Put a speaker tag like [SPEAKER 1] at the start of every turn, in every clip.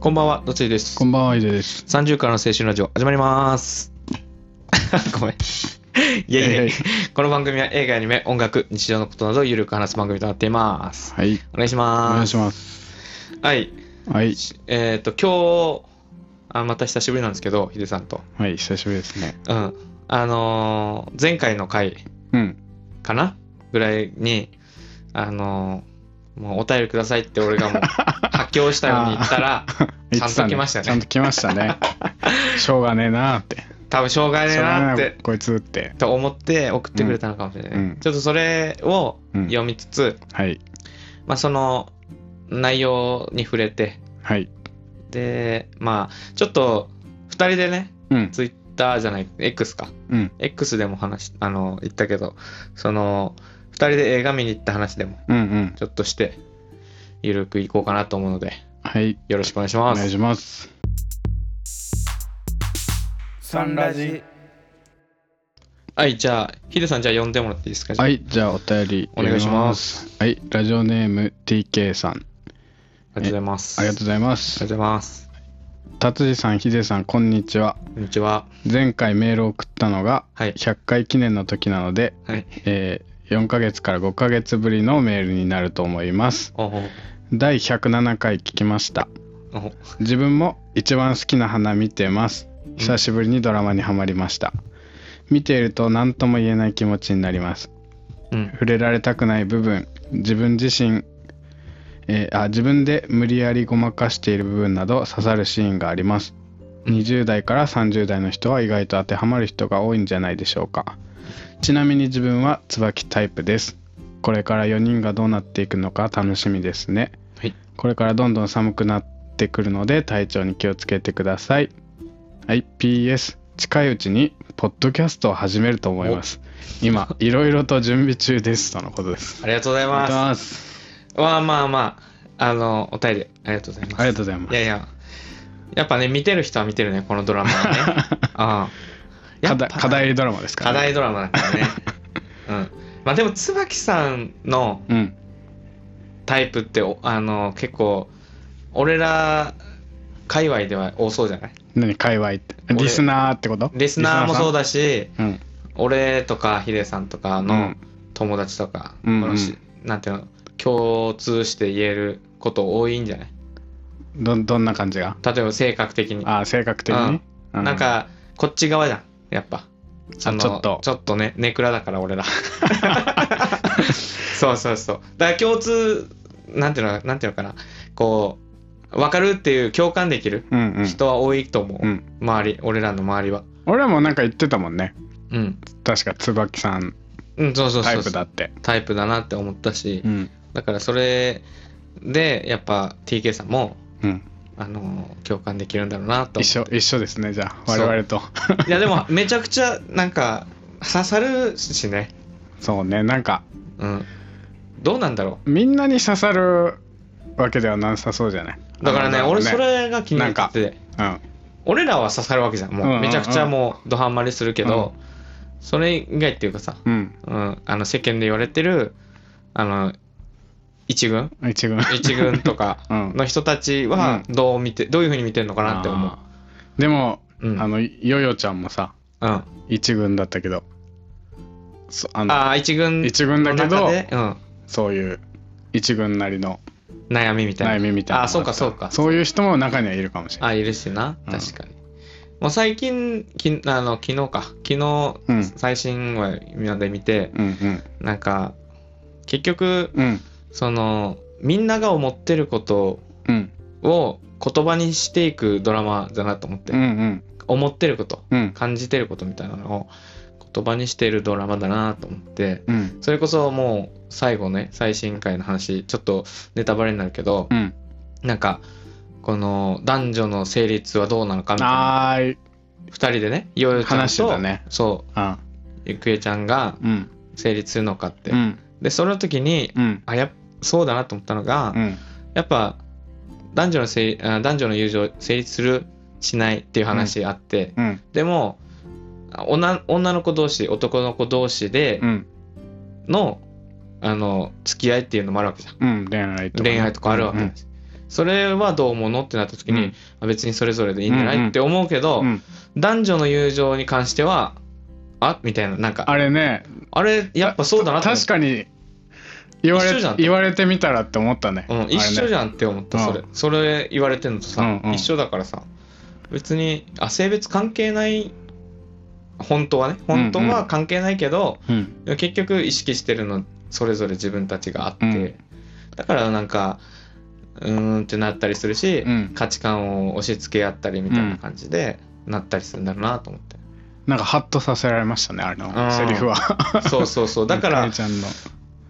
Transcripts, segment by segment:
[SPEAKER 1] こんばんは、どっちです。
[SPEAKER 2] こんばんは、いでです。
[SPEAKER 1] 30からの青春ラジオ、始まります。 ご めん。いやいや
[SPEAKER 2] はいい
[SPEAKER 1] や、この番組は映画、アニメ、音楽、日常のことなどをゆるく話す番組となっています。
[SPEAKER 2] はい、
[SPEAKER 1] お願いし
[SPEAKER 2] お願
[SPEAKER 1] ま
[SPEAKER 2] い
[SPEAKER 1] す。
[SPEAKER 2] します。
[SPEAKER 1] はい。
[SPEAKER 2] はい、
[SPEAKER 1] えっ、と、今日、あ、また久しぶりなんですけど、ヒデさんと。
[SPEAKER 2] はい、久しぶりですね。
[SPEAKER 1] うん。あのー前回の回
[SPEAKER 2] うん。
[SPEAKER 1] かなぐらいに、あのーもうお便りくださいって俺がもう発狂したように言った ら、ちゃんと来ましたね
[SPEAKER 2] ちゃんと来まし たね。しょうがねえなーって。
[SPEAKER 1] 多分しょうがねえなーっ
[SPEAKER 2] しょうが
[SPEAKER 1] て
[SPEAKER 2] ねえこいつって。
[SPEAKER 1] と思って送ってくれたのかもしれない、
[SPEAKER 2] うん
[SPEAKER 1] ちょっとそれを
[SPEAKER 2] うん。
[SPEAKER 1] 読みつつ、
[SPEAKER 2] はい、
[SPEAKER 1] まあ、その内容に触れて
[SPEAKER 2] はい。
[SPEAKER 1] でまあちょっと2人でね
[SPEAKER 2] うん、
[SPEAKER 1] ツイッターじゃない X か
[SPEAKER 2] うん、
[SPEAKER 1] X でも話しあの言ったけどその2人で映画見に行った話でも
[SPEAKER 2] うん、うん。
[SPEAKER 1] ちょっとしてゆるくいこうかなと思うので
[SPEAKER 2] はい、
[SPEAKER 1] よろしくお願いし
[SPEAKER 2] お
[SPEAKER 1] ま
[SPEAKER 2] 願い
[SPEAKER 1] す
[SPEAKER 2] します。
[SPEAKER 3] サンラジ
[SPEAKER 1] はいじゃあヒデさんじゃあ呼んでもらっていいですか、
[SPEAKER 2] はい、じゃあお便り
[SPEAKER 1] お願いします
[SPEAKER 2] す。はい、ラジオネーム TK さん。
[SPEAKER 1] ありがとうございます
[SPEAKER 2] ありがとうございま
[SPEAKER 1] あ
[SPEAKER 2] す
[SPEAKER 1] り。がとうございます
[SPEAKER 2] 達治さん、ヒデさん、こんにちは。
[SPEAKER 1] こんにちは
[SPEAKER 2] 前回メールを送ったのが
[SPEAKER 1] はい
[SPEAKER 2] 100回記念の時なので、
[SPEAKER 1] はい
[SPEAKER 2] えー4ヶ月から5ヶ月ぶりのメールになると思います
[SPEAKER 1] おお
[SPEAKER 2] 第107回聞きました
[SPEAKER 1] おお
[SPEAKER 2] 自分も一番好きな花見てます久しぶりにドラマにはまりました見ていると何とも言えない気持ちになります
[SPEAKER 1] うん
[SPEAKER 2] 触れられたくない部分自分自身、えーあ自分で無理やりごまかしている部分など刺さるシーンがあります
[SPEAKER 1] うん
[SPEAKER 2] 20代から30代の人は意外と当てはまる人が多いんじゃないでしょうかちなみに自分は椿タイプですこれから4人がどうなっていくのか楽しみですね
[SPEAKER 1] はい
[SPEAKER 2] これからどんどん寒くなってくるので体調に気をつけてくださいはい PS 近いうちにポッドキャストを始めると思います今いろいろと準備中ですとのことです
[SPEAKER 1] ありがとうござい
[SPEAKER 2] あ
[SPEAKER 1] ます
[SPEAKER 2] ます
[SPEAKER 1] まあまあまあ、あの、お便りありがとうございます。
[SPEAKER 2] ありがとうございま
[SPEAKER 1] い
[SPEAKER 2] す
[SPEAKER 1] やいや、やっぱね、見てる人は見てるね、このドラマは ね。ああや
[SPEAKER 2] 課
[SPEAKER 1] っぱ
[SPEAKER 2] 題課題ドラマですか
[SPEAKER 1] 課
[SPEAKER 2] ら、
[SPEAKER 1] 題ドラマだから ね。うん。まあでも、椿さんの
[SPEAKER 2] うん
[SPEAKER 1] タイプって、おあの、結構、俺ら、界隈では多そうじゃない
[SPEAKER 2] 何界隈ってリスナーってこと
[SPEAKER 1] リスナーもそう
[SPEAKER 2] だ
[SPEAKER 1] だし、
[SPEAKER 2] うん
[SPEAKER 1] 俺とかヒデさんとか
[SPEAKER 2] う
[SPEAKER 1] の
[SPEAKER 2] ん
[SPEAKER 1] 友達とか、
[SPEAKER 2] うん
[SPEAKER 1] このしなんていうの、共通して言えること多いんじゃない
[SPEAKER 2] どどんな感じが
[SPEAKER 1] 例えば性格的に。
[SPEAKER 2] あー性格的に、う
[SPEAKER 1] なんかこっち側じゃんやっぱその
[SPEAKER 2] ちょっと
[SPEAKER 1] ちょっとねネクラだから俺 らそうそうそうだから共通なんていうのなんていうのかなこう分かるっていう共感できる
[SPEAKER 2] うんうん
[SPEAKER 1] 人は多いと思う、
[SPEAKER 2] うん
[SPEAKER 1] 周り俺らの周りは
[SPEAKER 2] 俺もなんか言ってたもんね
[SPEAKER 1] うん、
[SPEAKER 2] 確か椿さん
[SPEAKER 1] うん、そうそうそう
[SPEAKER 2] タ
[SPEAKER 1] そ
[SPEAKER 2] イ
[SPEAKER 1] う
[SPEAKER 2] プだって
[SPEAKER 1] タイプだなって思ったし、
[SPEAKER 2] うん
[SPEAKER 1] だからそれでやっぱ TK さんも
[SPEAKER 2] うん
[SPEAKER 1] あの共感できるんだろうなと
[SPEAKER 2] 一
[SPEAKER 1] 思
[SPEAKER 2] 緒一緒ですねじゃあ
[SPEAKER 1] そう
[SPEAKER 2] 我々と
[SPEAKER 1] ういやでもめちゃくちゃなんか刺さるしね
[SPEAKER 2] そうねなんか
[SPEAKER 1] うんどうなんだろう
[SPEAKER 2] みんなに刺さるわけではなさそうじゃない
[SPEAKER 1] だからね、
[SPEAKER 2] あの
[SPEAKER 1] 俺それが気になってて、
[SPEAKER 2] うん
[SPEAKER 1] 俺らは刺さるわけじゃん。も
[SPEAKER 2] うんうんう
[SPEAKER 1] う、
[SPEAKER 2] ん
[SPEAKER 1] めちゃくちゃもう、ドハマりするけど、それ以外っていうかさ、
[SPEAKER 2] うん
[SPEAKER 1] うん、あの、世間で言われてる、あの、一軍
[SPEAKER 2] 一軍
[SPEAKER 1] 一軍とか
[SPEAKER 2] うん
[SPEAKER 1] の人たちは、どう見て、どういうふうに見てるのかなって思う。
[SPEAKER 2] あーでも、
[SPEAKER 1] うん。
[SPEAKER 2] あのヨヨちゃんもさ
[SPEAKER 1] うん、あ
[SPEAKER 2] 一軍だったけどそあの
[SPEAKER 1] あー、一軍
[SPEAKER 2] 一軍だけど
[SPEAKER 1] の中でうん、
[SPEAKER 2] そういう一軍なりの
[SPEAKER 1] 悩みみたいな。
[SPEAKER 2] 悩みみたいな
[SPEAKER 1] あー、そうかそうか。
[SPEAKER 2] そういう人も中にはいるかもしれない
[SPEAKER 1] あ、いるしな。
[SPEAKER 2] うん
[SPEAKER 1] 確かに。もう最近、きあの昨日か。昨日、
[SPEAKER 2] うん
[SPEAKER 1] 最新話みんなで見て、
[SPEAKER 2] うん
[SPEAKER 1] なんか、結局、
[SPEAKER 2] うんうん
[SPEAKER 1] その、みんなが思ってること
[SPEAKER 2] うん
[SPEAKER 1] を言葉にしていくドラマだなと思って、
[SPEAKER 2] うんうん
[SPEAKER 1] 思ってること、
[SPEAKER 2] うん
[SPEAKER 1] 感じてることみたいなのを言葉にしてるドラマだなと思って、
[SPEAKER 2] うん
[SPEAKER 1] それこそもう最後ね、最新回の話、ちょっとネタバレになるけど
[SPEAKER 2] う、ん
[SPEAKER 1] なんか、この男女の成立はどうなのかみたいな、
[SPEAKER 2] あーい
[SPEAKER 1] 二人でね、ヨヨちゃん
[SPEAKER 2] 話して
[SPEAKER 1] と、
[SPEAKER 2] たね
[SPEAKER 1] そう、
[SPEAKER 2] あ
[SPEAKER 1] ゆくえちゃんが
[SPEAKER 2] うん
[SPEAKER 1] 成立するのかって。
[SPEAKER 2] うん
[SPEAKER 1] で、その時に、
[SPEAKER 2] うん
[SPEAKER 1] あ、やっそうだなと思ったのが、
[SPEAKER 2] うん
[SPEAKER 1] やっぱ男女のせいあ男女の友情成立するしないっていう話あって、
[SPEAKER 2] うん
[SPEAKER 1] でもあ女女の子同士男の子同士で
[SPEAKER 2] うん
[SPEAKER 1] の,、あの付き合いっていうのもあるわけじゃん
[SPEAKER 2] うん恋愛とかね
[SPEAKER 1] 恋愛とかあるわけだし、それはどう思うのってなった時に、あ別にそれぞれでいいんじゃな
[SPEAKER 2] うんうん
[SPEAKER 1] いって思うけど、
[SPEAKER 2] うん
[SPEAKER 1] 男女の友情に関してはあみたいななんかあ
[SPEAKER 2] あれね
[SPEAKER 1] れやっぱそうだなって思っ
[SPEAKER 2] 確かに言わ
[SPEAKER 1] 一緒じゃ
[SPEAKER 2] れ
[SPEAKER 1] ん
[SPEAKER 2] 言われてみたらって思ったね、
[SPEAKER 1] うん、一緒じ
[SPEAKER 2] ゃ
[SPEAKER 1] ゃんって思った
[SPEAKER 2] うん
[SPEAKER 1] それ、それ言われてんのとさ、
[SPEAKER 2] うんうん
[SPEAKER 1] 一緒だからさ別にあ性別関係ない本当はね本当は関係ないけど、
[SPEAKER 2] ん、うん、
[SPEAKER 1] 結局意識してるのそれぞれ自分たちがあって、
[SPEAKER 2] うん
[SPEAKER 1] だからなんかうーんってなったりするし、
[SPEAKER 2] うん
[SPEAKER 1] 価値観を押し付け合ったりみたいな感じで、なったりするんだろうなと思 って
[SPEAKER 2] なんかハッとさせられましたねあれの
[SPEAKER 1] うん
[SPEAKER 2] セリフは
[SPEAKER 1] そうそうそうだか ら
[SPEAKER 2] ゆちゃんの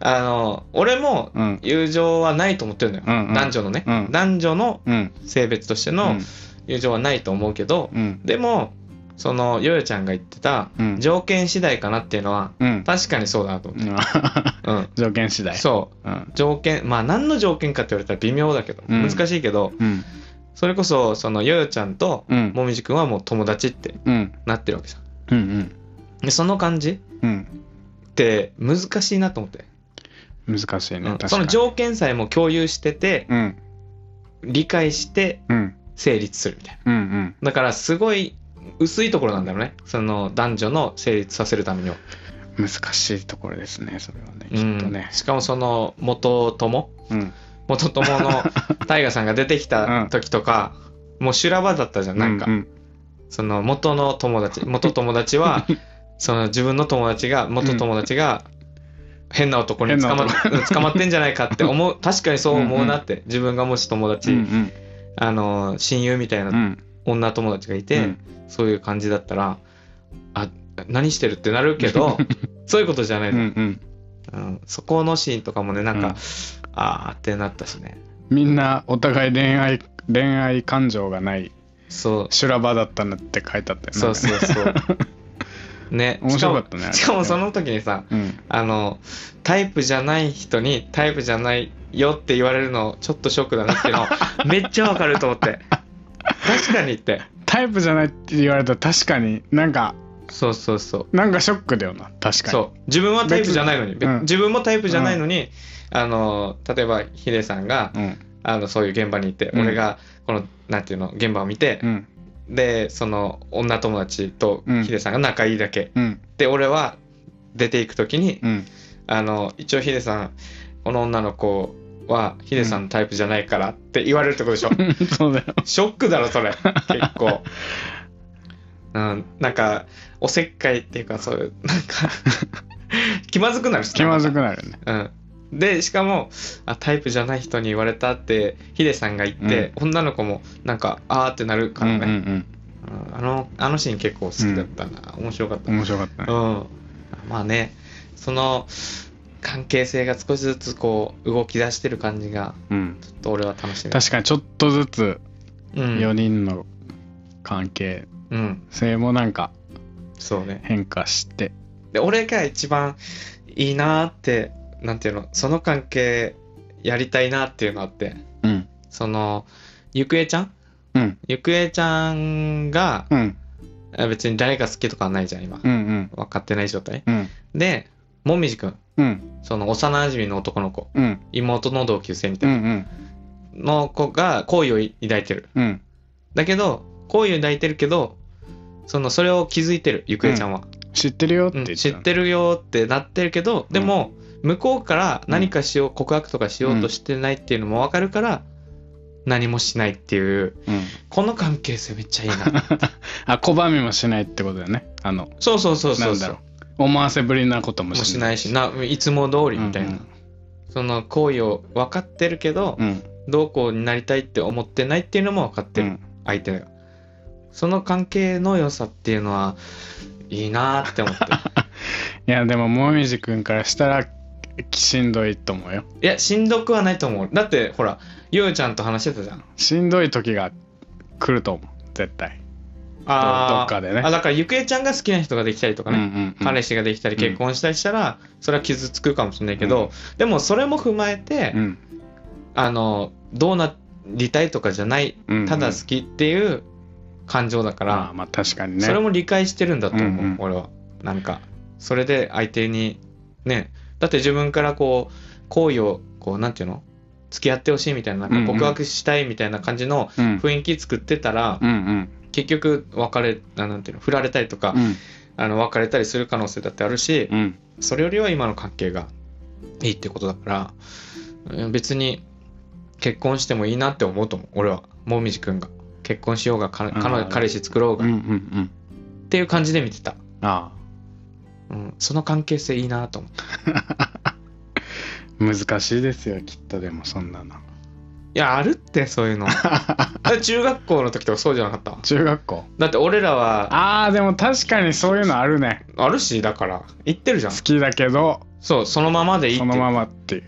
[SPEAKER 1] あの俺も
[SPEAKER 2] うん
[SPEAKER 1] 友情はないと思ってるのよ、
[SPEAKER 2] うんうん
[SPEAKER 1] 男女のね、
[SPEAKER 2] うん
[SPEAKER 1] 男女の
[SPEAKER 2] うん
[SPEAKER 1] 性別として
[SPEAKER 2] う
[SPEAKER 1] の
[SPEAKER 2] ん
[SPEAKER 1] 友情はないと思うけど、
[SPEAKER 2] うん
[SPEAKER 1] でもそのヨヨちゃんが言ってた
[SPEAKER 2] うん
[SPEAKER 1] 条件次第かなっていうのは
[SPEAKER 2] うん
[SPEAKER 1] 確かにそうだなと思っ
[SPEAKER 2] うん
[SPEAKER 1] て、うん、
[SPEAKER 2] 条件次第
[SPEAKER 1] そう
[SPEAKER 2] うん
[SPEAKER 1] 条件まあ何の条件かって言われたら微妙だけど、
[SPEAKER 2] うん
[SPEAKER 1] 難しいけど
[SPEAKER 2] うん
[SPEAKER 1] それこそそのヨヨちゃんと
[SPEAKER 2] うん
[SPEAKER 1] もみじくんはもう友達って
[SPEAKER 2] うん
[SPEAKER 1] なってるわけさ
[SPEAKER 2] うん
[SPEAKER 1] でその感じ
[SPEAKER 2] うん
[SPEAKER 1] って難しいなと思って、
[SPEAKER 2] うん難しいね、
[SPEAKER 1] うん
[SPEAKER 2] 確かに
[SPEAKER 1] その条件さえも共有してて
[SPEAKER 2] うん
[SPEAKER 1] 理解して
[SPEAKER 2] うん
[SPEAKER 1] 成立するみたい
[SPEAKER 2] うんうん
[SPEAKER 1] なだからすごい薄いところなんだろうねその男女の成立させるためには、
[SPEAKER 2] 難しいところですねそれはねきっ
[SPEAKER 1] う
[SPEAKER 2] と
[SPEAKER 1] ん
[SPEAKER 2] ね
[SPEAKER 1] しかもその元友
[SPEAKER 2] うん
[SPEAKER 1] 元友 の大我さんが出てきた時とか、もう修羅場だったじゃんなんか、
[SPEAKER 2] う
[SPEAKER 1] その元の友達元友達 はその自分の友達が元友達が変な男に捕まっ
[SPEAKER 2] 変
[SPEAKER 1] 捕まってんじゃないかって思う確かにそう思うなって自分がもし友達、
[SPEAKER 2] うん
[SPEAKER 1] あの親友みたいな
[SPEAKER 2] うん
[SPEAKER 1] 女友達がいて、
[SPEAKER 2] うん
[SPEAKER 1] そういう感じだったらあ何してるってなるけど そういうことじゃない
[SPEAKER 2] うんう
[SPEAKER 1] の、
[SPEAKER 2] んうん
[SPEAKER 1] うんそこのシーンとかもねなんか、
[SPEAKER 2] うん
[SPEAKER 1] あーってなったしね
[SPEAKER 2] みんなお互い恋愛恋愛感情がない
[SPEAKER 1] そう
[SPEAKER 2] 修羅場だったなって書いてあったよね
[SPEAKER 1] そうそうそう ね
[SPEAKER 2] 面白かったねあれ
[SPEAKER 1] しかもしかもその時にさ、
[SPEAKER 2] うん
[SPEAKER 1] あのタイプじゃない人にタイプじゃないよって言われるのちょっとショックだなっていう のめっちゃわかると思って確かにって
[SPEAKER 2] タイプじゃないって言われたら確かになんか
[SPEAKER 1] そうそうそう
[SPEAKER 2] なんかショックだよな確かに
[SPEAKER 1] そう自分はタイプじゃないのに、
[SPEAKER 2] 別にうん
[SPEAKER 1] 自分もタイプじゃないのに、あの例えばヒデさんが
[SPEAKER 2] う、ん
[SPEAKER 1] あのそういう現場にいて、
[SPEAKER 2] うん
[SPEAKER 1] 俺がこのなんていうの現場を見て
[SPEAKER 2] う、ん
[SPEAKER 1] でその女友達と
[SPEAKER 2] うん
[SPEAKER 1] ヒデさんが仲いいだけ、
[SPEAKER 2] うん
[SPEAKER 1] で俺は出ていく時に、
[SPEAKER 2] うん
[SPEAKER 1] あの一応ヒデさんこの女の子はヒデさんのタイプじゃないからって言われるってことでし ょ、
[SPEAKER 2] そうだよ
[SPEAKER 1] ショックだろそれ結 構、うん、なんかおせっかいっていうかそういうなんか気まずくなるし
[SPEAKER 2] 気まず
[SPEAKER 1] く
[SPEAKER 2] くなるよね
[SPEAKER 1] うんでしかもあタイプじゃない人に言われたってヒデさんが言って、女の子もなんかあーってなるからね、
[SPEAKER 2] ん
[SPEAKER 1] うんあのあのシーン結構好きだったな、面白かった
[SPEAKER 2] うん面白かったね
[SPEAKER 1] うん、まあねその関係性が少しずつこう動き出してる感じが
[SPEAKER 2] うん
[SPEAKER 1] ちょっと俺は楽しみ
[SPEAKER 2] 確かにちょっとずつ
[SPEAKER 1] に、うん、
[SPEAKER 2] 4人の関係
[SPEAKER 1] うん
[SPEAKER 2] 性もなんか
[SPEAKER 1] そうね
[SPEAKER 2] 変化して
[SPEAKER 1] で俺が一番いいなーってなんていうのその関係やりたいなっていうのあって
[SPEAKER 2] うん
[SPEAKER 1] そのゆくえちゃん
[SPEAKER 2] うん
[SPEAKER 1] ゆくえちゃんが
[SPEAKER 2] うん
[SPEAKER 1] あ別に誰が好きとかはないじゃん今
[SPEAKER 2] うんうん
[SPEAKER 1] 分かってない状態
[SPEAKER 2] うん
[SPEAKER 1] でもみじくん
[SPEAKER 2] うん
[SPEAKER 1] その幼馴染の男の子
[SPEAKER 2] うん
[SPEAKER 1] 妹の同級生みた
[SPEAKER 2] う
[SPEAKER 1] い
[SPEAKER 2] ん
[SPEAKER 1] な
[SPEAKER 2] うん
[SPEAKER 1] の子が好意を抱いてる
[SPEAKER 2] うん
[SPEAKER 1] だけど、好意を抱いてるけど、そのそれを気づいてる、ゆくえちゃんは。
[SPEAKER 2] 知ってるよっ
[SPEAKER 1] う
[SPEAKER 2] て
[SPEAKER 1] ん
[SPEAKER 2] 言って
[SPEAKER 1] 知
[SPEAKER 2] た
[SPEAKER 1] ってるよってなってるけど、でも、向こうから何かしよう、告白とかしようとしてないっていうのも分かるから、何もしないっていう、
[SPEAKER 2] うん
[SPEAKER 1] この関係性めっちゃいいな。
[SPEAKER 2] あ拒みもしないってことだよねあの
[SPEAKER 1] そうそうそう
[SPEAKER 2] な
[SPEAKER 1] そうん
[SPEAKER 2] だ
[SPEAKER 1] そ
[SPEAKER 2] ろ
[SPEAKER 1] う。
[SPEAKER 2] う思わせぶりなことも
[SPEAKER 1] もうし
[SPEAKER 2] し
[SPEAKER 1] な
[SPEAKER 2] ない
[SPEAKER 1] いしないつも通りみたいな、
[SPEAKER 2] うん
[SPEAKER 1] その好意を分かってるけど、
[SPEAKER 2] うん
[SPEAKER 1] どうこうになりたいって思ってないっていうのも分かって
[SPEAKER 2] う
[SPEAKER 1] る、
[SPEAKER 2] ん
[SPEAKER 1] 相手がその関係の良さっていうのはいいなーって 思って
[SPEAKER 2] いやでももみじくんからしたらしんどいと思うよ
[SPEAKER 1] いや、しんどくはないと思う。だって、ほら、ゆうちゃんと話してたじゃん。
[SPEAKER 2] しんどい時が来ると思う絶対
[SPEAKER 1] ー
[SPEAKER 2] どっかでね
[SPEAKER 1] あ、だから、ゆくえちゃんが好きな人ができたりとか
[SPEAKER 2] うんう
[SPEAKER 1] ね、
[SPEAKER 2] んうん
[SPEAKER 1] 彼氏ができたり、結婚したりしたら、それは傷つくかもしれないけど、でも、それも踏まえて、
[SPEAKER 2] うん
[SPEAKER 1] あの、どうなりたいとかじゃない、
[SPEAKER 2] うん
[SPEAKER 1] ただ好きっていう感情だか
[SPEAKER 2] まあ
[SPEAKER 1] ら、
[SPEAKER 2] まあ確かにね
[SPEAKER 1] それも理解してるんだと思う、
[SPEAKER 2] うんうん
[SPEAKER 1] 俺は。なんか、それで相手に、ね、だって自分からこう、好意を、こう、なんていうの付き合ってほしいみたいな、
[SPEAKER 2] うん
[SPEAKER 1] な
[SPEAKER 2] うんん
[SPEAKER 1] か告白したいみたいな感じの
[SPEAKER 2] うん
[SPEAKER 1] 雰囲気作ってたら、
[SPEAKER 2] うんうん
[SPEAKER 1] 結局別れ、あなんていうの、振られたりとか、
[SPEAKER 2] うん
[SPEAKER 1] あの別れたりする可能性だってあるし、
[SPEAKER 2] うん
[SPEAKER 1] それよりは今の関係がいいってことだからうん、別に結婚してもいいなって思うと思う、俺は。もみじくんが。結婚しようが、か
[SPEAKER 2] あー
[SPEAKER 1] 彼女彼氏作ろう
[SPEAKER 2] う
[SPEAKER 1] が、
[SPEAKER 2] んう
[SPEAKER 1] っ
[SPEAKER 2] ん
[SPEAKER 1] ていう感じで見てた。
[SPEAKER 2] あ
[SPEAKER 1] うん、その関係性いいなと思った。
[SPEAKER 2] あ難しいですよきっとでもそんなの
[SPEAKER 1] いや、あるって、そう いうの。あ中学校の時とかそうじゃなかった
[SPEAKER 2] 中学校
[SPEAKER 1] だって俺らは
[SPEAKER 2] ああでも確かにそういうのあるね
[SPEAKER 1] あるしだから言ってるじゃん
[SPEAKER 2] 好きだけど
[SPEAKER 1] そうそのままでいいって
[SPEAKER 2] そのままっていう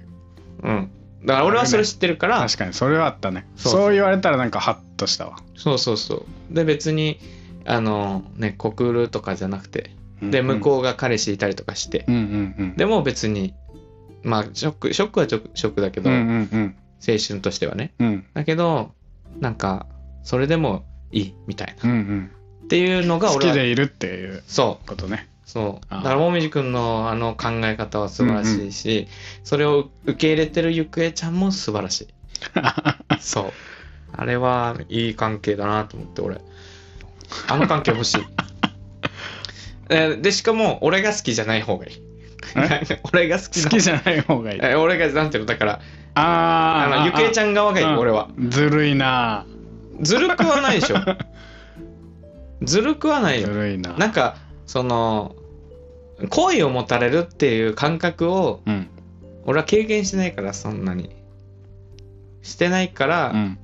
[SPEAKER 1] うんだから俺はそれ知ってるから、
[SPEAKER 2] 確かにそれはあったね
[SPEAKER 1] そう
[SPEAKER 2] そう言われたらなんかハッとしたわ
[SPEAKER 1] そうそうそうで別にあのね告るとかじゃなくてで
[SPEAKER 2] うん
[SPEAKER 1] 向こうが彼氏いたりとかして、
[SPEAKER 2] うんうんうん
[SPEAKER 1] でも別にまあショックショックはショックショックだけど、
[SPEAKER 2] うんうん
[SPEAKER 1] 青春としてはね
[SPEAKER 2] うんうん
[SPEAKER 1] だけどなんかそれでもいいみたいな、
[SPEAKER 2] うんう
[SPEAKER 1] っ
[SPEAKER 2] ん
[SPEAKER 1] ていうのが
[SPEAKER 2] 好
[SPEAKER 1] 俺
[SPEAKER 2] き
[SPEAKER 1] は
[SPEAKER 2] でいるっていう
[SPEAKER 1] そう
[SPEAKER 2] ことね
[SPEAKER 1] そう。
[SPEAKER 2] あ
[SPEAKER 1] だ
[SPEAKER 2] ー
[SPEAKER 1] から、もみじくんのあの考え方は素晴らしいし、それを受け入れてるゆくえちゃんも素晴ら しい。そう。あれは、いい関係だなと思って、俺。あの関係欲し い。えで、しかも、俺が好きじゃない方がいい。 俺が好き
[SPEAKER 2] 好きじゃない方がいい
[SPEAKER 1] え俺が、なんていうの、だから、あ
[SPEAKER 2] あ
[SPEAKER 1] の、ゆくえち
[SPEAKER 2] ゃ
[SPEAKER 1] ゃん側がいい、
[SPEAKER 2] うん
[SPEAKER 1] 俺は。
[SPEAKER 2] んずるいな
[SPEAKER 1] ずるくは ないでしょ。ずるくはない
[SPEAKER 2] ず
[SPEAKER 1] よ。
[SPEAKER 2] るいな
[SPEAKER 1] なんかその好意を持たれるっていう感覚を
[SPEAKER 2] うん
[SPEAKER 1] 俺は経験してないからそんなにしてないから、
[SPEAKER 2] うん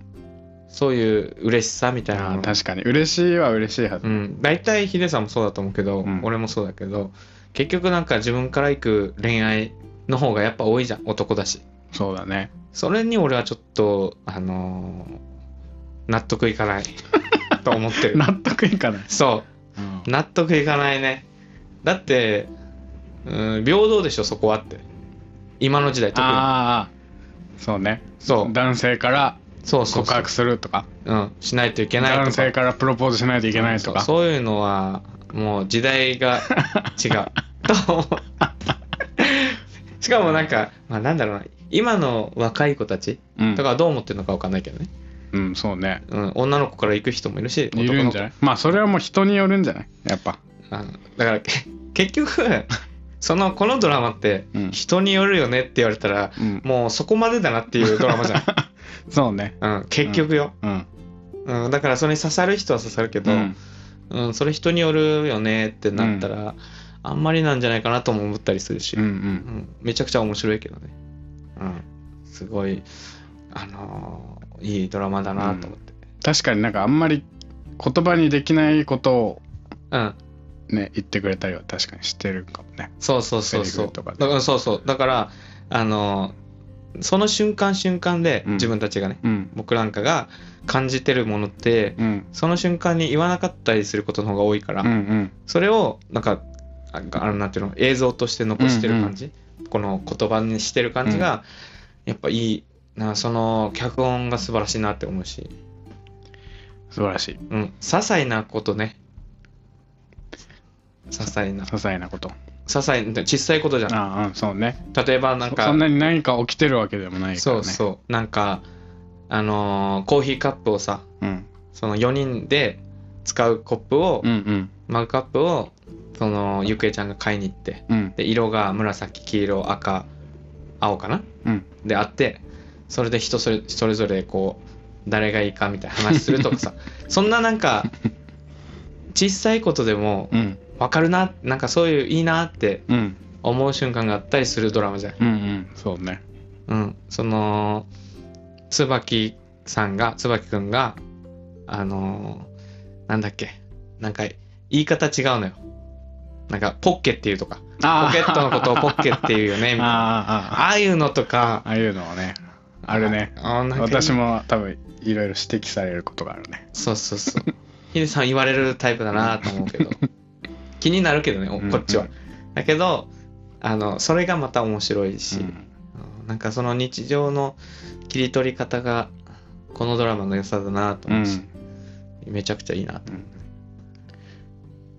[SPEAKER 1] そういう嬉しさみたいな
[SPEAKER 2] あ
[SPEAKER 1] の
[SPEAKER 2] ー確かに嬉しいは嬉しいはず
[SPEAKER 1] うん、大体ヒデさんもそうだと思うけど、
[SPEAKER 2] うん
[SPEAKER 1] 俺もそうだけど結局なんか自分から行く恋愛の方がやっぱ多いじゃん男だし
[SPEAKER 2] そうだね
[SPEAKER 1] それに俺はちょっとあのー納得いかないと思って る
[SPEAKER 2] 納得いかない
[SPEAKER 1] そう
[SPEAKER 2] うん
[SPEAKER 1] 納得いかないねだって、うん、平等でしょそこはって今の時代特に
[SPEAKER 2] ああそうね
[SPEAKER 1] そう
[SPEAKER 2] 男性から
[SPEAKER 1] そうそう
[SPEAKER 2] 告
[SPEAKER 1] そう
[SPEAKER 2] 白するとか
[SPEAKER 1] うん、しないといけないとか
[SPEAKER 2] 男性からプロポーズしないといけないとか
[SPEAKER 1] そうそういうのはもう時代 が違うと思うしかもなんか、まあ、なんだろうな今の若い子たち
[SPEAKER 2] うん
[SPEAKER 1] とかはどう思ってるのかわかんないけどね、
[SPEAKER 2] うんそうね
[SPEAKER 1] うん、女の子から行く人もいるし
[SPEAKER 2] いるんじゃないまあそれはもう人によるんじゃないやっぱ
[SPEAKER 1] あのだからけ結局 そのこのドラマって
[SPEAKER 2] うん
[SPEAKER 1] 人によるよねって言われたら、
[SPEAKER 2] うん
[SPEAKER 1] もうそこまでだなっていうドラマじゃ
[SPEAKER 2] そうね
[SPEAKER 1] ん、うん、結局よ、
[SPEAKER 2] うん
[SPEAKER 1] うん、だからそれに刺さる人は刺さるけど、
[SPEAKER 2] う
[SPEAKER 1] うんんそれ人によるよねってなったら、あんまりなんじゃないかなとも思ったりするし、
[SPEAKER 2] うんう
[SPEAKER 1] うん
[SPEAKER 2] ん
[SPEAKER 1] めちゃくちゃ面白いけどね、うん、すごい、あのーいいドラマだなと思って、
[SPEAKER 2] 確かになんかあんまり言葉にできないことを
[SPEAKER 1] うん
[SPEAKER 2] ね言ってくれたりは確かにしてるかもね
[SPEAKER 1] そうそうそう
[SPEAKER 2] セリ
[SPEAKER 1] そう
[SPEAKER 2] フとかで
[SPEAKER 1] だからそうそうだからあのーその瞬間瞬間で
[SPEAKER 2] うん
[SPEAKER 1] 自分たちがね、
[SPEAKER 2] うん
[SPEAKER 1] 僕なんかが感じてるものって
[SPEAKER 2] うん
[SPEAKER 1] その瞬間に言わなかったりすることの方が多いから、
[SPEAKER 2] うんうん
[SPEAKER 1] それをなんかああのなんていうの映像として残してる感じ、この言葉にしてる感じが、やっぱいいなその脚本が素晴らしいなって思うし、
[SPEAKER 2] 素晴らしい
[SPEAKER 1] うん、些細なことね些細な
[SPEAKER 2] 些細なこと
[SPEAKER 1] 些細な小さいことじゃん
[SPEAKER 2] ああうんそうね
[SPEAKER 1] 例えばなん
[SPEAKER 2] そ
[SPEAKER 1] か
[SPEAKER 2] そんなに何か起きてるわけでもないか
[SPEAKER 1] そ
[SPEAKER 2] ら
[SPEAKER 1] う
[SPEAKER 2] ね
[SPEAKER 1] そうなんかあのーコーヒーカップをさ
[SPEAKER 2] うん
[SPEAKER 1] その4人で使うコップを、
[SPEAKER 2] うんうん
[SPEAKER 1] マグカップをそのゆくえちゃんが買いに行って
[SPEAKER 2] うん
[SPEAKER 1] で色が紫黄色赤青かな
[SPEAKER 2] うん
[SPEAKER 1] であってそれで人それそれぞれこう誰がいいかみたいな話するとかさそんななんか小さいことでも
[SPEAKER 2] うん
[SPEAKER 1] 分かるななんかそういういいなって
[SPEAKER 2] うん
[SPEAKER 1] 思う瞬間があったりするドラマじゃん、
[SPEAKER 2] うんうんそうね
[SPEAKER 1] うん、その椿さんが椿くんがあのーなんだっけなんか言い方違うのよなんかポッケっていうとかポ
[SPEAKER 2] あ
[SPEAKER 1] ケットのことをポッケっていうよねみたいな
[SPEAKER 2] ああああ
[SPEAKER 1] ああいうのとか
[SPEAKER 2] ああいうのはねあるね
[SPEAKER 1] あなんか
[SPEAKER 2] 私も多分いろいろ指摘されることがあるね
[SPEAKER 1] そうそうそうヒデさん言われるタイプだなと思うけ ど気になるけどねお
[SPEAKER 2] うん
[SPEAKER 1] こっちは、だけどあのそれがまた面白いし、
[SPEAKER 2] うん
[SPEAKER 1] うんなんかその日常の切り取り方がこのドラマの良さだなと思うし、めちゃくちゃいいなと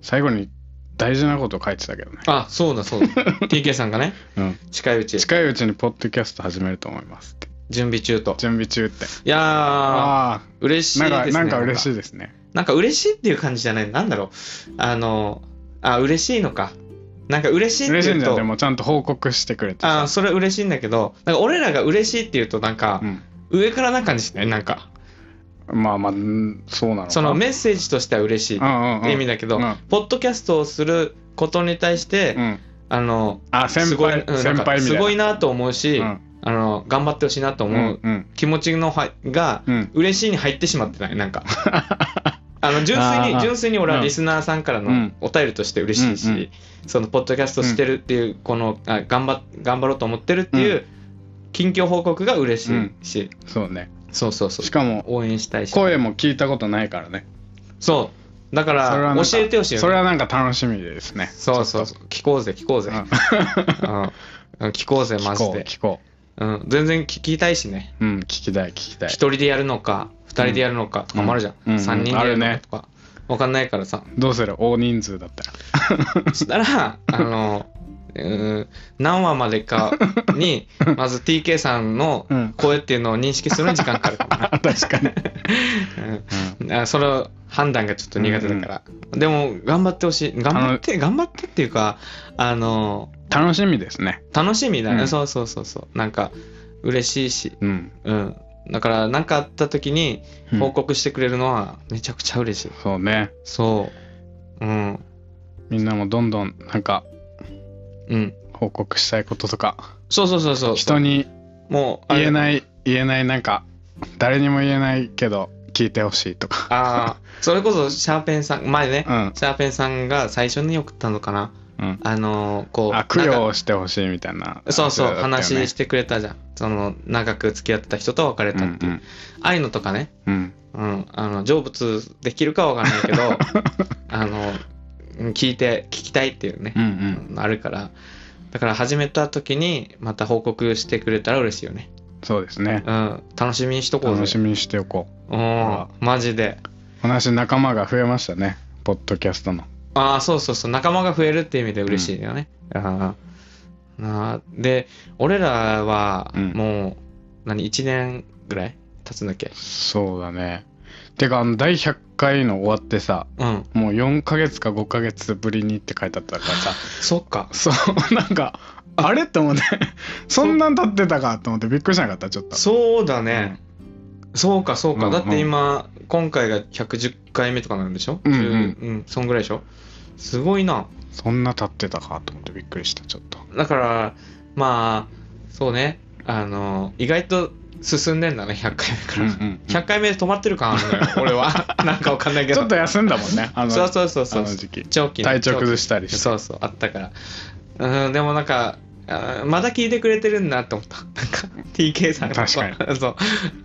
[SPEAKER 2] 最後に大事なこと書いてたけどね、
[SPEAKER 1] あ そうだそうだ TK さんがね
[SPEAKER 2] うん、
[SPEAKER 1] 近いうち
[SPEAKER 2] 近いうちにポッドキャスト始めると思いますって
[SPEAKER 1] 準備中と。
[SPEAKER 2] 準備中って
[SPEAKER 1] いや
[SPEAKER 2] あ
[SPEAKER 1] ー、嬉し
[SPEAKER 2] あ
[SPEAKER 1] いで
[SPEAKER 2] なん
[SPEAKER 1] す
[SPEAKER 2] か、
[SPEAKER 1] ね。
[SPEAKER 2] なんか嬉し
[SPEAKER 1] い。
[SPEAKER 2] いですね
[SPEAKER 1] なんか嬉しいっていう感じじゃない。なんだろう。あの、あ、嬉しいのか。なんか嬉しいって
[SPEAKER 2] 嬉しい
[SPEAKER 1] いう
[SPEAKER 2] んじゃん
[SPEAKER 1] と
[SPEAKER 2] で、もちゃんと報告してくれて
[SPEAKER 1] あ
[SPEAKER 2] さ
[SPEAKER 1] ーそれは嬉しいんだけど、なんか俺らが嬉しいっていうと、なんか、上からな感じしないなんか、
[SPEAKER 2] うん、まあまあうんそうなのか
[SPEAKER 1] そのメッセージとしては嬉しいっ
[SPEAKER 2] うんうんうん
[SPEAKER 1] て意味だけど、
[SPEAKER 2] うん
[SPEAKER 1] ポッドキャストをすることに対して、
[SPEAKER 2] うん、
[SPEAKER 1] あの、
[SPEAKER 2] あ先
[SPEAKER 1] すごい
[SPEAKER 2] 輩、
[SPEAKER 1] うんな
[SPEAKER 2] 先
[SPEAKER 1] んか
[SPEAKER 2] 輩みたいな
[SPEAKER 1] すごいなと思うし、
[SPEAKER 2] うん
[SPEAKER 1] あの、頑張ってほしいなと
[SPEAKER 2] うん
[SPEAKER 1] 思う
[SPEAKER 2] うん
[SPEAKER 1] 気持ちのはが、
[SPEAKER 2] うん
[SPEAKER 1] 嬉しいに入ってしまってない なんかあの純粋
[SPEAKER 2] あ
[SPEAKER 1] に
[SPEAKER 2] ー
[SPEAKER 1] 純粋に俺
[SPEAKER 2] う
[SPEAKER 1] は
[SPEAKER 2] ん
[SPEAKER 1] リスナーさんから
[SPEAKER 2] う
[SPEAKER 1] の
[SPEAKER 2] ん
[SPEAKER 1] お便りとして嬉しいし、
[SPEAKER 2] うんうん
[SPEAKER 1] そのポッドキャストしてるっていうこの、あ頑張っ頑張ろうと思ってるっていう近況報告が嬉しいし、
[SPEAKER 2] そうね
[SPEAKER 1] そうそうそう
[SPEAKER 2] しかも
[SPEAKER 1] 応援したいし
[SPEAKER 2] 声も聞いたことないからね
[SPEAKER 1] そうだか
[SPEAKER 2] それは
[SPEAKER 1] ら
[SPEAKER 2] なんか
[SPEAKER 1] 教えてほしいよ
[SPEAKER 2] それ
[SPEAKER 1] ね
[SPEAKER 2] はなんか楽しみですね
[SPEAKER 1] そうそうそう聞こうぜ聞こうぜ、
[SPEAKER 2] う
[SPEAKER 1] うんんうん聞こうぜマ
[SPEAKER 2] 聞
[SPEAKER 1] ジ
[SPEAKER 2] こう
[SPEAKER 1] で、
[SPEAKER 2] 聞こ
[SPEAKER 1] うん、全然聞きたいしね
[SPEAKER 2] ううん聞きたい聞きたい
[SPEAKER 1] 一人でやるのか二人でやるのかとかもあるじゃん、
[SPEAKER 2] うんうん
[SPEAKER 1] 三人でやるの
[SPEAKER 2] あ
[SPEAKER 1] か
[SPEAKER 2] るね
[SPEAKER 1] とか、わかんないからさ
[SPEAKER 2] どうする大人数だった
[SPEAKER 1] そ
[SPEAKER 2] ら
[SPEAKER 1] した らあのうーん何話までかにまず TK さんの
[SPEAKER 2] うん
[SPEAKER 1] 声っていうのを認識するのに時間かかるかもな
[SPEAKER 2] 確かに、
[SPEAKER 1] うんあその判断がちょっと苦手だから、でも頑張ってほしい頑張って頑張ってっていうかあの
[SPEAKER 2] 楽しみですね
[SPEAKER 1] 楽しみだね、
[SPEAKER 2] うん
[SPEAKER 1] そうそうそうそうなんか嬉しいし
[SPEAKER 2] うん、
[SPEAKER 1] うんだから何かあった時に
[SPEAKER 2] うん
[SPEAKER 1] 報告してくれるのはめちゃくちゃ嬉しい、
[SPEAKER 2] そうね
[SPEAKER 1] そううん
[SPEAKER 2] みんなもどんどんなんか
[SPEAKER 1] うん
[SPEAKER 2] 報告したいこととか
[SPEAKER 1] そうそうそうそう
[SPEAKER 2] 人に
[SPEAKER 1] もう
[SPEAKER 2] 言え
[SPEAKER 1] い
[SPEAKER 2] ない言えないなんか誰にも言えないけど聞いてほしいとか
[SPEAKER 1] ああそれこそシャーペンさん前ね、
[SPEAKER 2] うん
[SPEAKER 1] シャーペンさんが最初に送ったのかな
[SPEAKER 2] うん
[SPEAKER 1] あのーこう
[SPEAKER 2] あ供養
[SPEAKER 1] 長
[SPEAKER 2] をしてほしいみたいな
[SPEAKER 1] そうそう、
[SPEAKER 2] 話だったよね
[SPEAKER 1] 話してくれたじゃんその長く付き合ってた人と別れたっていう、
[SPEAKER 2] うん
[SPEAKER 1] ああいうのとかね、
[SPEAKER 2] うんうん
[SPEAKER 1] うん、あの成仏できるかわかんないけ どあのうん聞いて聞きたいっていうね
[SPEAKER 2] う、ん
[SPEAKER 1] うんあるからだから始めた時にまた報告してくれたら嬉しいよね、
[SPEAKER 2] うんそうですね
[SPEAKER 1] うん、楽しみにしとこうぜ
[SPEAKER 2] 楽しみにしておこ
[SPEAKER 1] うんマジで
[SPEAKER 2] う話仲間が増えましたねポッドキャストの
[SPEAKER 1] ああそうそうそう仲間が増えるっていう意味で嬉しいよね、ああなあで俺らは
[SPEAKER 2] うん
[SPEAKER 1] もう、何1年ぐらい経つんだっけ
[SPEAKER 2] そうだねてかあの第100回の終わってさ
[SPEAKER 1] うん
[SPEAKER 2] もう4ヶ月か5ヶ月ぶりにって書いてあったから さ
[SPEAKER 1] そっか
[SPEAKER 2] そうなんかあれと思ってそんなん経ってたかと思ってびっくりしなかったちょっと
[SPEAKER 1] そうだね、そうかそうか、
[SPEAKER 2] うん
[SPEAKER 1] だって今今回が110回目とかなんでしょ
[SPEAKER 2] うんうん
[SPEAKER 1] 10うん、そんぐらいでしょすごいな
[SPEAKER 2] そんな経ってたかと思ってびっくりしたちょっと
[SPEAKER 1] だからまあそうねあの意外と進んでんだね100回目から、100回目で止まってる感あるのよ俺は なんかわかんないけど
[SPEAKER 2] ちょっと休んだもんねあの
[SPEAKER 1] そうそうそうそ
[SPEAKER 2] あ
[SPEAKER 1] う
[SPEAKER 2] の時期
[SPEAKER 1] 長期ね
[SPEAKER 2] 体調
[SPEAKER 1] 長期
[SPEAKER 2] 崩したりして
[SPEAKER 1] そうそうあったからうんでもなんかあーまだ聞いてくれてるんだと思った なんか TK さんが
[SPEAKER 2] 確
[SPEAKER 1] かにそう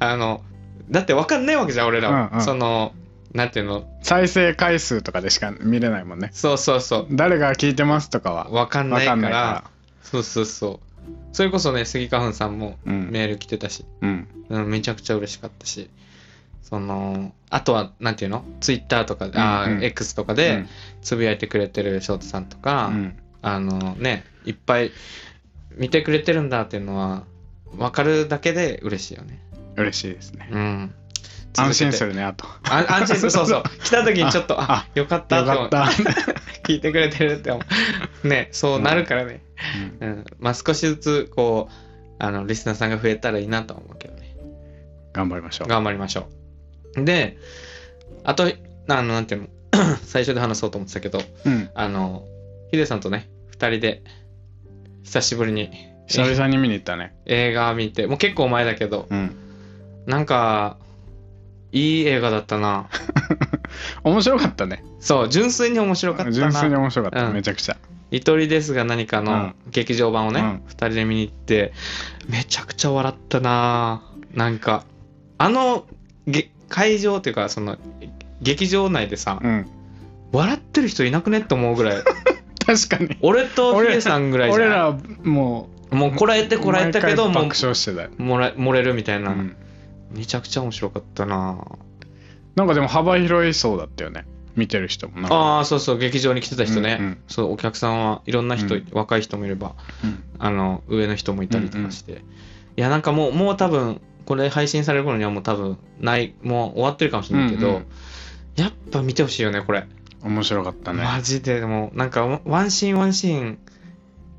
[SPEAKER 1] あのだって分かんないわけじゃん俺らは、
[SPEAKER 2] うんうん
[SPEAKER 1] そのなんていうの
[SPEAKER 2] 再生回数とかでしか見れないもんね
[SPEAKER 1] そうそうそう
[SPEAKER 2] 誰が聞いてますとかは
[SPEAKER 1] 分かんない
[SPEAKER 2] 分か
[SPEAKER 1] か
[SPEAKER 2] ん
[SPEAKER 1] ら
[SPEAKER 2] ないか
[SPEAKER 1] そうそうそうそれこそね杉花粉さんも
[SPEAKER 2] うん
[SPEAKER 1] メール来てたし、
[SPEAKER 2] らうん
[SPEAKER 1] うん、めちゃくちゃ嬉しかったしそのあとはなんていうのツイッターとかで、あ
[SPEAKER 2] うんう
[SPEAKER 1] ー
[SPEAKER 2] ん
[SPEAKER 1] X とかでつぶやいてくれてる翔太さんとか、
[SPEAKER 2] うん
[SPEAKER 1] あのねいっぱい見てくれてるんだっていうのは分かるだけで嬉しいよね
[SPEAKER 2] 嬉しいですね
[SPEAKER 1] うん
[SPEAKER 2] 安心す
[SPEAKER 1] る
[SPEAKER 2] るねあと
[SPEAKER 1] 安安心する そうそう来た時にちょっとあ
[SPEAKER 2] あ
[SPEAKER 1] よかった
[SPEAKER 2] よ
[SPEAKER 1] と思
[SPEAKER 2] か
[SPEAKER 1] う
[SPEAKER 2] った、
[SPEAKER 1] 聞いてくれてるって思うねそうなるからね、
[SPEAKER 2] うん
[SPEAKER 1] うん、まあ少しずつこうあのリスナーさんが増えたらいいなとは思うけどね
[SPEAKER 2] 頑張りましょう
[SPEAKER 1] 頑張りましょう。で、あと、あの、なんていうの、 最初で話そうと思ってたけど、
[SPEAKER 2] うん
[SPEAKER 1] あの、ヒデさんとね、二人で、久しぶりに
[SPEAKER 2] 久々に見に行ったね
[SPEAKER 1] 映画見て、もう結構前だけど、
[SPEAKER 2] うん
[SPEAKER 1] なんか、いい映画だったな。
[SPEAKER 2] 面白かったね
[SPEAKER 1] そう、純粋に面白かった
[SPEAKER 2] 純粋に
[SPEAKER 1] な。
[SPEAKER 2] 面白かった、
[SPEAKER 1] うん
[SPEAKER 2] めちゃくちゃ
[SPEAKER 1] ゆとりですが何かの劇場版をね、
[SPEAKER 2] う
[SPEAKER 1] 二、人
[SPEAKER 2] ん
[SPEAKER 1] で見に行って、めちゃくちゃ笑ったな。なんか、あの、げ会場っていうか、その、劇場内でさ、
[SPEAKER 2] うん
[SPEAKER 1] 笑ってる人いなくねって思うぐら い
[SPEAKER 2] 確かに
[SPEAKER 1] 俺とヒデさんぐらいじ
[SPEAKER 2] 俺
[SPEAKER 1] ゃ
[SPEAKER 2] らも
[SPEAKER 1] んもうこらえて
[SPEAKER 2] う
[SPEAKER 1] こらえたけども
[SPEAKER 2] 毎回
[SPEAKER 1] う
[SPEAKER 2] 爆笑してたよ、
[SPEAKER 1] もら漏れるみたいうな、
[SPEAKER 2] ん、
[SPEAKER 1] めちゃくちゃ面白かったな
[SPEAKER 2] なんかでも幅広い層だったよね見てる人もなんか
[SPEAKER 1] ああそうそう劇場に来てた人ね、
[SPEAKER 2] うんうん
[SPEAKER 1] そうお客さんはいろんな人、
[SPEAKER 2] うん
[SPEAKER 1] 若い人もいれば
[SPEAKER 2] うん
[SPEAKER 1] あの上の人もいたりとかして、いや、なんかもう、もう多分、これ配信される頃にはもう多分、ない、もう終わってるかもしれないけど、
[SPEAKER 2] うんうん
[SPEAKER 1] やっぱ見てほしいよね、これ。
[SPEAKER 2] 面白かったね。
[SPEAKER 1] マジで、でも、なんか、ワンシーンワンシーン、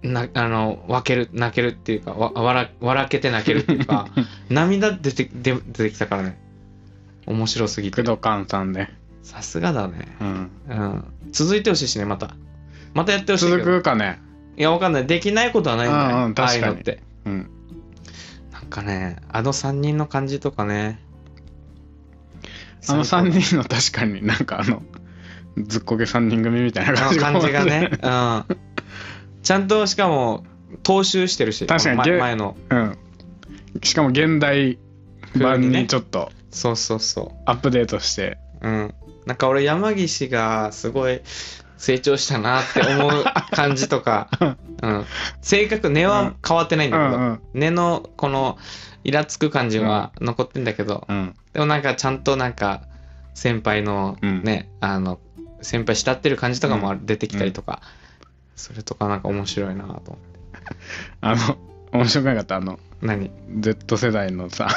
[SPEAKER 1] なあの分ける泣けるっていうかわ笑笑けて泣けるっていう か涙出て出出てきたからね面白すぎ
[SPEAKER 2] 工
[SPEAKER 1] て
[SPEAKER 2] 藤勘さんで。
[SPEAKER 1] さすがだね
[SPEAKER 2] うん。
[SPEAKER 1] うん続いてほしいしねまたまたやってほしいけ
[SPEAKER 2] 続
[SPEAKER 1] ど
[SPEAKER 2] くかね。
[SPEAKER 1] いやわかんないできないことはないんだよ、
[SPEAKER 2] うんうん確か
[SPEAKER 1] あ
[SPEAKER 2] に
[SPEAKER 1] あいうのって
[SPEAKER 2] うん。
[SPEAKER 1] なんかねあの3人の感じとかね
[SPEAKER 2] あの
[SPEAKER 1] 最
[SPEAKER 2] 3
[SPEAKER 1] 高
[SPEAKER 2] 人の確かになんかあの、ずっこけ3人組みたいな感
[SPEAKER 1] あ
[SPEAKER 2] じ
[SPEAKER 1] の感じがね。うんちゃんとしかも踏襲してるし
[SPEAKER 2] 確かに
[SPEAKER 1] ま
[SPEAKER 2] ゲ
[SPEAKER 1] 前の
[SPEAKER 2] うん。しかも現代版
[SPEAKER 1] 風にね
[SPEAKER 2] にちょっと
[SPEAKER 1] そうそうそう
[SPEAKER 2] アップデートして。
[SPEAKER 1] うん、なんか俺山岸がすごい成長したなって思う感じと か、うん、性格根は変わってないんだけど、
[SPEAKER 2] うんうん
[SPEAKER 1] 根のこのイラつく感じは残ってんだけど、
[SPEAKER 2] うん。
[SPEAKER 1] でもなんかちゃんとなんか先輩の
[SPEAKER 2] うん
[SPEAKER 1] ね、あの先輩慕ってる感じとかもある出てきたりとか、それとかなんか面白いなと思って
[SPEAKER 2] あの、面白くなかった。あの、
[SPEAKER 1] 何
[SPEAKER 2] Z 世代 のさ、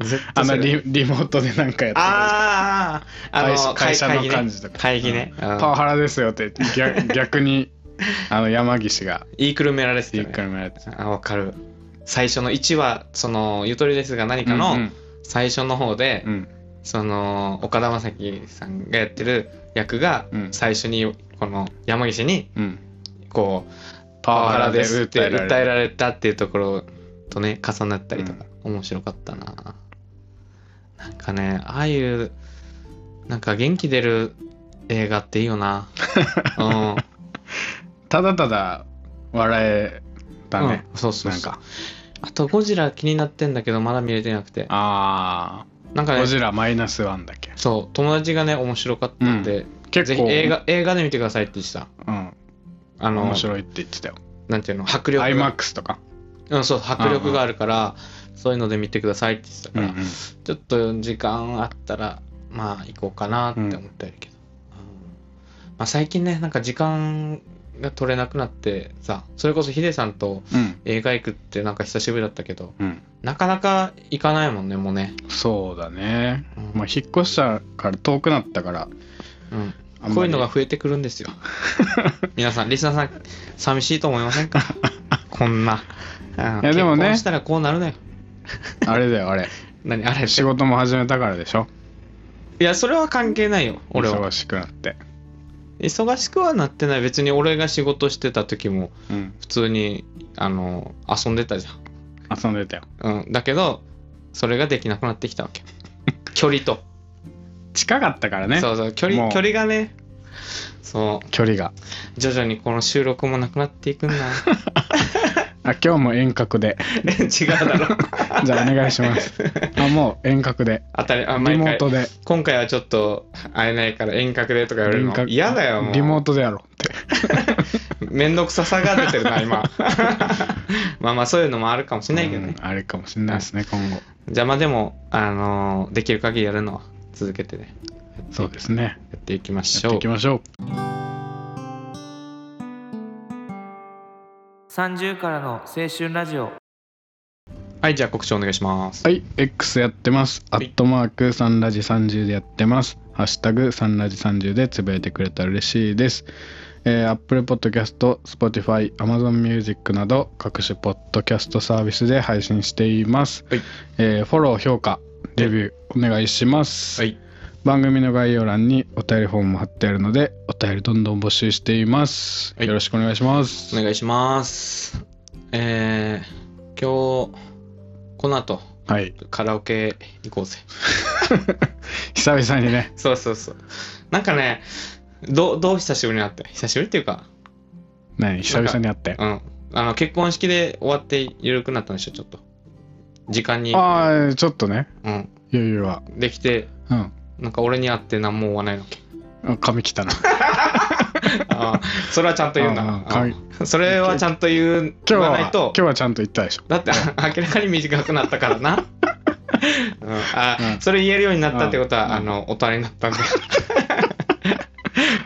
[SPEAKER 1] 絶対
[SPEAKER 2] あ
[SPEAKER 1] そ
[SPEAKER 2] の
[SPEAKER 1] れ
[SPEAKER 2] リリモートでなんかやってる
[SPEAKER 1] あーあ
[SPEAKER 2] 会
[SPEAKER 1] の
[SPEAKER 2] 社会社の感じとか。
[SPEAKER 1] 会議ね
[SPEAKER 2] う
[SPEAKER 1] 会議
[SPEAKER 2] ん
[SPEAKER 1] ね、うん
[SPEAKER 2] パワハラですよって逆 逆にあの山岸が
[SPEAKER 1] 言いくるめられてた
[SPEAKER 2] 言
[SPEAKER 1] よ
[SPEAKER 2] い
[SPEAKER 1] ね
[SPEAKER 2] くるめられて
[SPEAKER 1] あわかる最初の1話そのゆとりですが何か
[SPEAKER 2] う
[SPEAKER 1] の
[SPEAKER 2] ん
[SPEAKER 1] 最初の方で、
[SPEAKER 2] うんうん
[SPEAKER 1] その岡田将生さんがやってる役が
[SPEAKER 2] うん
[SPEAKER 1] 最初にこの山岸に
[SPEAKER 2] うん
[SPEAKER 1] こう「パワハラです」って訴えられたっていうところとね重なったりとか、面白かったななんかねああいうなんか元気出る映画っていいよ なうん
[SPEAKER 2] ただただ笑えたね、
[SPEAKER 1] うんそうそう
[SPEAKER 2] な
[SPEAKER 1] そうん
[SPEAKER 2] か
[SPEAKER 1] あと「ゴジラ」気になってんだけどまだ見れてなくて
[SPEAKER 2] あ
[SPEAKER 1] なんか
[SPEAKER 2] あ
[SPEAKER 1] ね
[SPEAKER 2] ゴジラマイナスワンだっけ
[SPEAKER 1] そう友達がね面白かったんで、
[SPEAKER 2] 結
[SPEAKER 1] ぜひ
[SPEAKER 2] 構
[SPEAKER 1] 映画映画で見てくださいって言ってた
[SPEAKER 2] うん
[SPEAKER 1] あの
[SPEAKER 2] 面白いって言ってたよ
[SPEAKER 1] なんていうの迫力が
[SPEAKER 2] iMAX とか、
[SPEAKER 1] うんそう迫力があるから、そういうので見てくださいって言ってた
[SPEAKER 2] う
[SPEAKER 1] か
[SPEAKER 2] んう
[SPEAKER 1] ら、
[SPEAKER 2] ん、
[SPEAKER 1] ちょっと時間あったらまあ行こうかなって思ってるけど、うんまあ、最近ねなんか時間が取れなくなってさそれこそヒデさんと
[SPEAKER 2] うん
[SPEAKER 1] 映画行くってなんか久しぶりだったけど
[SPEAKER 2] うん、
[SPEAKER 1] なかなか行かないもんねもうね、
[SPEAKER 2] そうだね、
[SPEAKER 1] うん
[SPEAKER 2] まあ、引っ越したから遠くなったから
[SPEAKER 1] うん
[SPEAKER 2] あんまり
[SPEAKER 1] こういうのが増えてくるんです よ。皆さん、リスナーさん、寂しいと思いませ んかこんな。うん
[SPEAKER 2] いやでもね
[SPEAKER 1] 結婚したらこうなるのよ。
[SPEAKER 2] あれだよあれ
[SPEAKER 1] 何あれ
[SPEAKER 2] 仕事も始めたからでしょ
[SPEAKER 1] いや、それは関係ないよ、俺は。
[SPEAKER 2] 忙しくなって、
[SPEAKER 1] 忙しくはなってない。別に俺が仕事してた時も、
[SPEAKER 2] うん、
[SPEAKER 1] 普通に、あの、遊んでたじゃ
[SPEAKER 2] 遊んでたよ
[SPEAKER 1] ん。うん。だけど、それができなくなってきた わけ。距離と。
[SPEAKER 2] 近かったからね
[SPEAKER 1] そうそう、距
[SPEAKER 2] も
[SPEAKER 1] 離、
[SPEAKER 2] う
[SPEAKER 1] 距離がね、そ
[SPEAKER 2] 距離が
[SPEAKER 1] う、徐々にこの収録もなくなってい くんだ。
[SPEAKER 2] あ今日も遠隔で
[SPEAKER 1] 違うだろ。
[SPEAKER 2] じゃあお願いしますあもう遠隔で
[SPEAKER 1] 当たり、あ、
[SPEAKER 2] リ
[SPEAKER 1] 毎
[SPEAKER 2] モー
[SPEAKER 1] 回。
[SPEAKER 2] トで
[SPEAKER 1] 今回はちょっと会えないから遠隔でとか言われる
[SPEAKER 2] 遠
[SPEAKER 1] の
[SPEAKER 2] 隔
[SPEAKER 1] 嫌だよもう
[SPEAKER 2] リモートでやろうって
[SPEAKER 1] めんどくささが出てるな 今 まあまあそういうのもあるかもしれないけどね、
[SPEAKER 2] うんあれかもしれないですね今後
[SPEAKER 1] じゃあまあでも、あのーできる限りやるのは続けてね
[SPEAKER 2] そうですね
[SPEAKER 1] やっていきまし
[SPEAKER 2] や
[SPEAKER 1] ょ
[SPEAKER 2] って
[SPEAKER 1] う
[SPEAKER 2] いきましょ
[SPEAKER 3] 30からの青春ラジオ
[SPEAKER 1] はいじゃあ告知お願いします
[SPEAKER 2] うはい X やってますア
[SPEAKER 1] い
[SPEAKER 2] ットマークサンラジ30でやってますハッシュタグサンラジ30でつぶやいてくれたら嬉しいですえー、Apple Podcast、Spotify、Amazon Music など各種ポッドキャストサービスで配信しています、
[SPEAKER 1] はい
[SPEAKER 2] えーフォロー、評価、レビューお願いします、
[SPEAKER 1] はい
[SPEAKER 2] 番組の概要欄にお便りフォーム貼ってあるのでお便りどんどん募集しています、
[SPEAKER 1] はい
[SPEAKER 2] よろしくお願いします
[SPEAKER 1] お願いしますえー、今日この後
[SPEAKER 2] はい
[SPEAKER 1] カラオケ行こうぜ
[SPEAKER 2] 久々にね
[SPEAKER 1] そうそうそうなんかねどうどう久しぶりになって久しぶりっていうか
[SPEAKER 2] 何久々に会って
[SPEAKER 1] うん。あの、結婚式で終わって緩くなったんでしょ、ちょっと。時間に、
[SPEAKER 2] ああちょっとね
[SPEAKER 1] うん。
[SPEAKER 2] 余裕は
[SPEAKER 1] できて、
[SPEAKER 2] う
[SPEAKER 1] なんか俺に会って何も言わないの。
[SPEAKER 2] ん髪切ったな
[SPEAKER 1] ああ、それはちゃんと言うんだ
[SPEAKER 2] あ
[SPEAKER 1] な
[SPEAKER 2] あはい。
[SPEAKER 1] うんそれはちゃんと言う、言
[SPEAKER 2] 今日
[SPEAKER 1] わ
[SPEAKER 2] は
[SPEAKER 1] ない
[SPEAKER 2] 今
[SPEAKER 1] と
[SPEAKER 2] 日、はちゃんと言ったでしょ
[SPEAKER 1] だってあ明らかに短くなったからな。うん、あ、
[SPEAKER 2] うん
[SPEAKER 1] それ言えるようになったってことは、
[SPEAKER 2] うん
[SPEAKER 1] あの、大人になったん だ。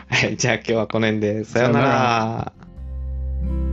[SPEAKER 1] はい、じゃあ今日はこの辺で、さような
[SPEAKER 2] さような
[SPEAKER 1] ら。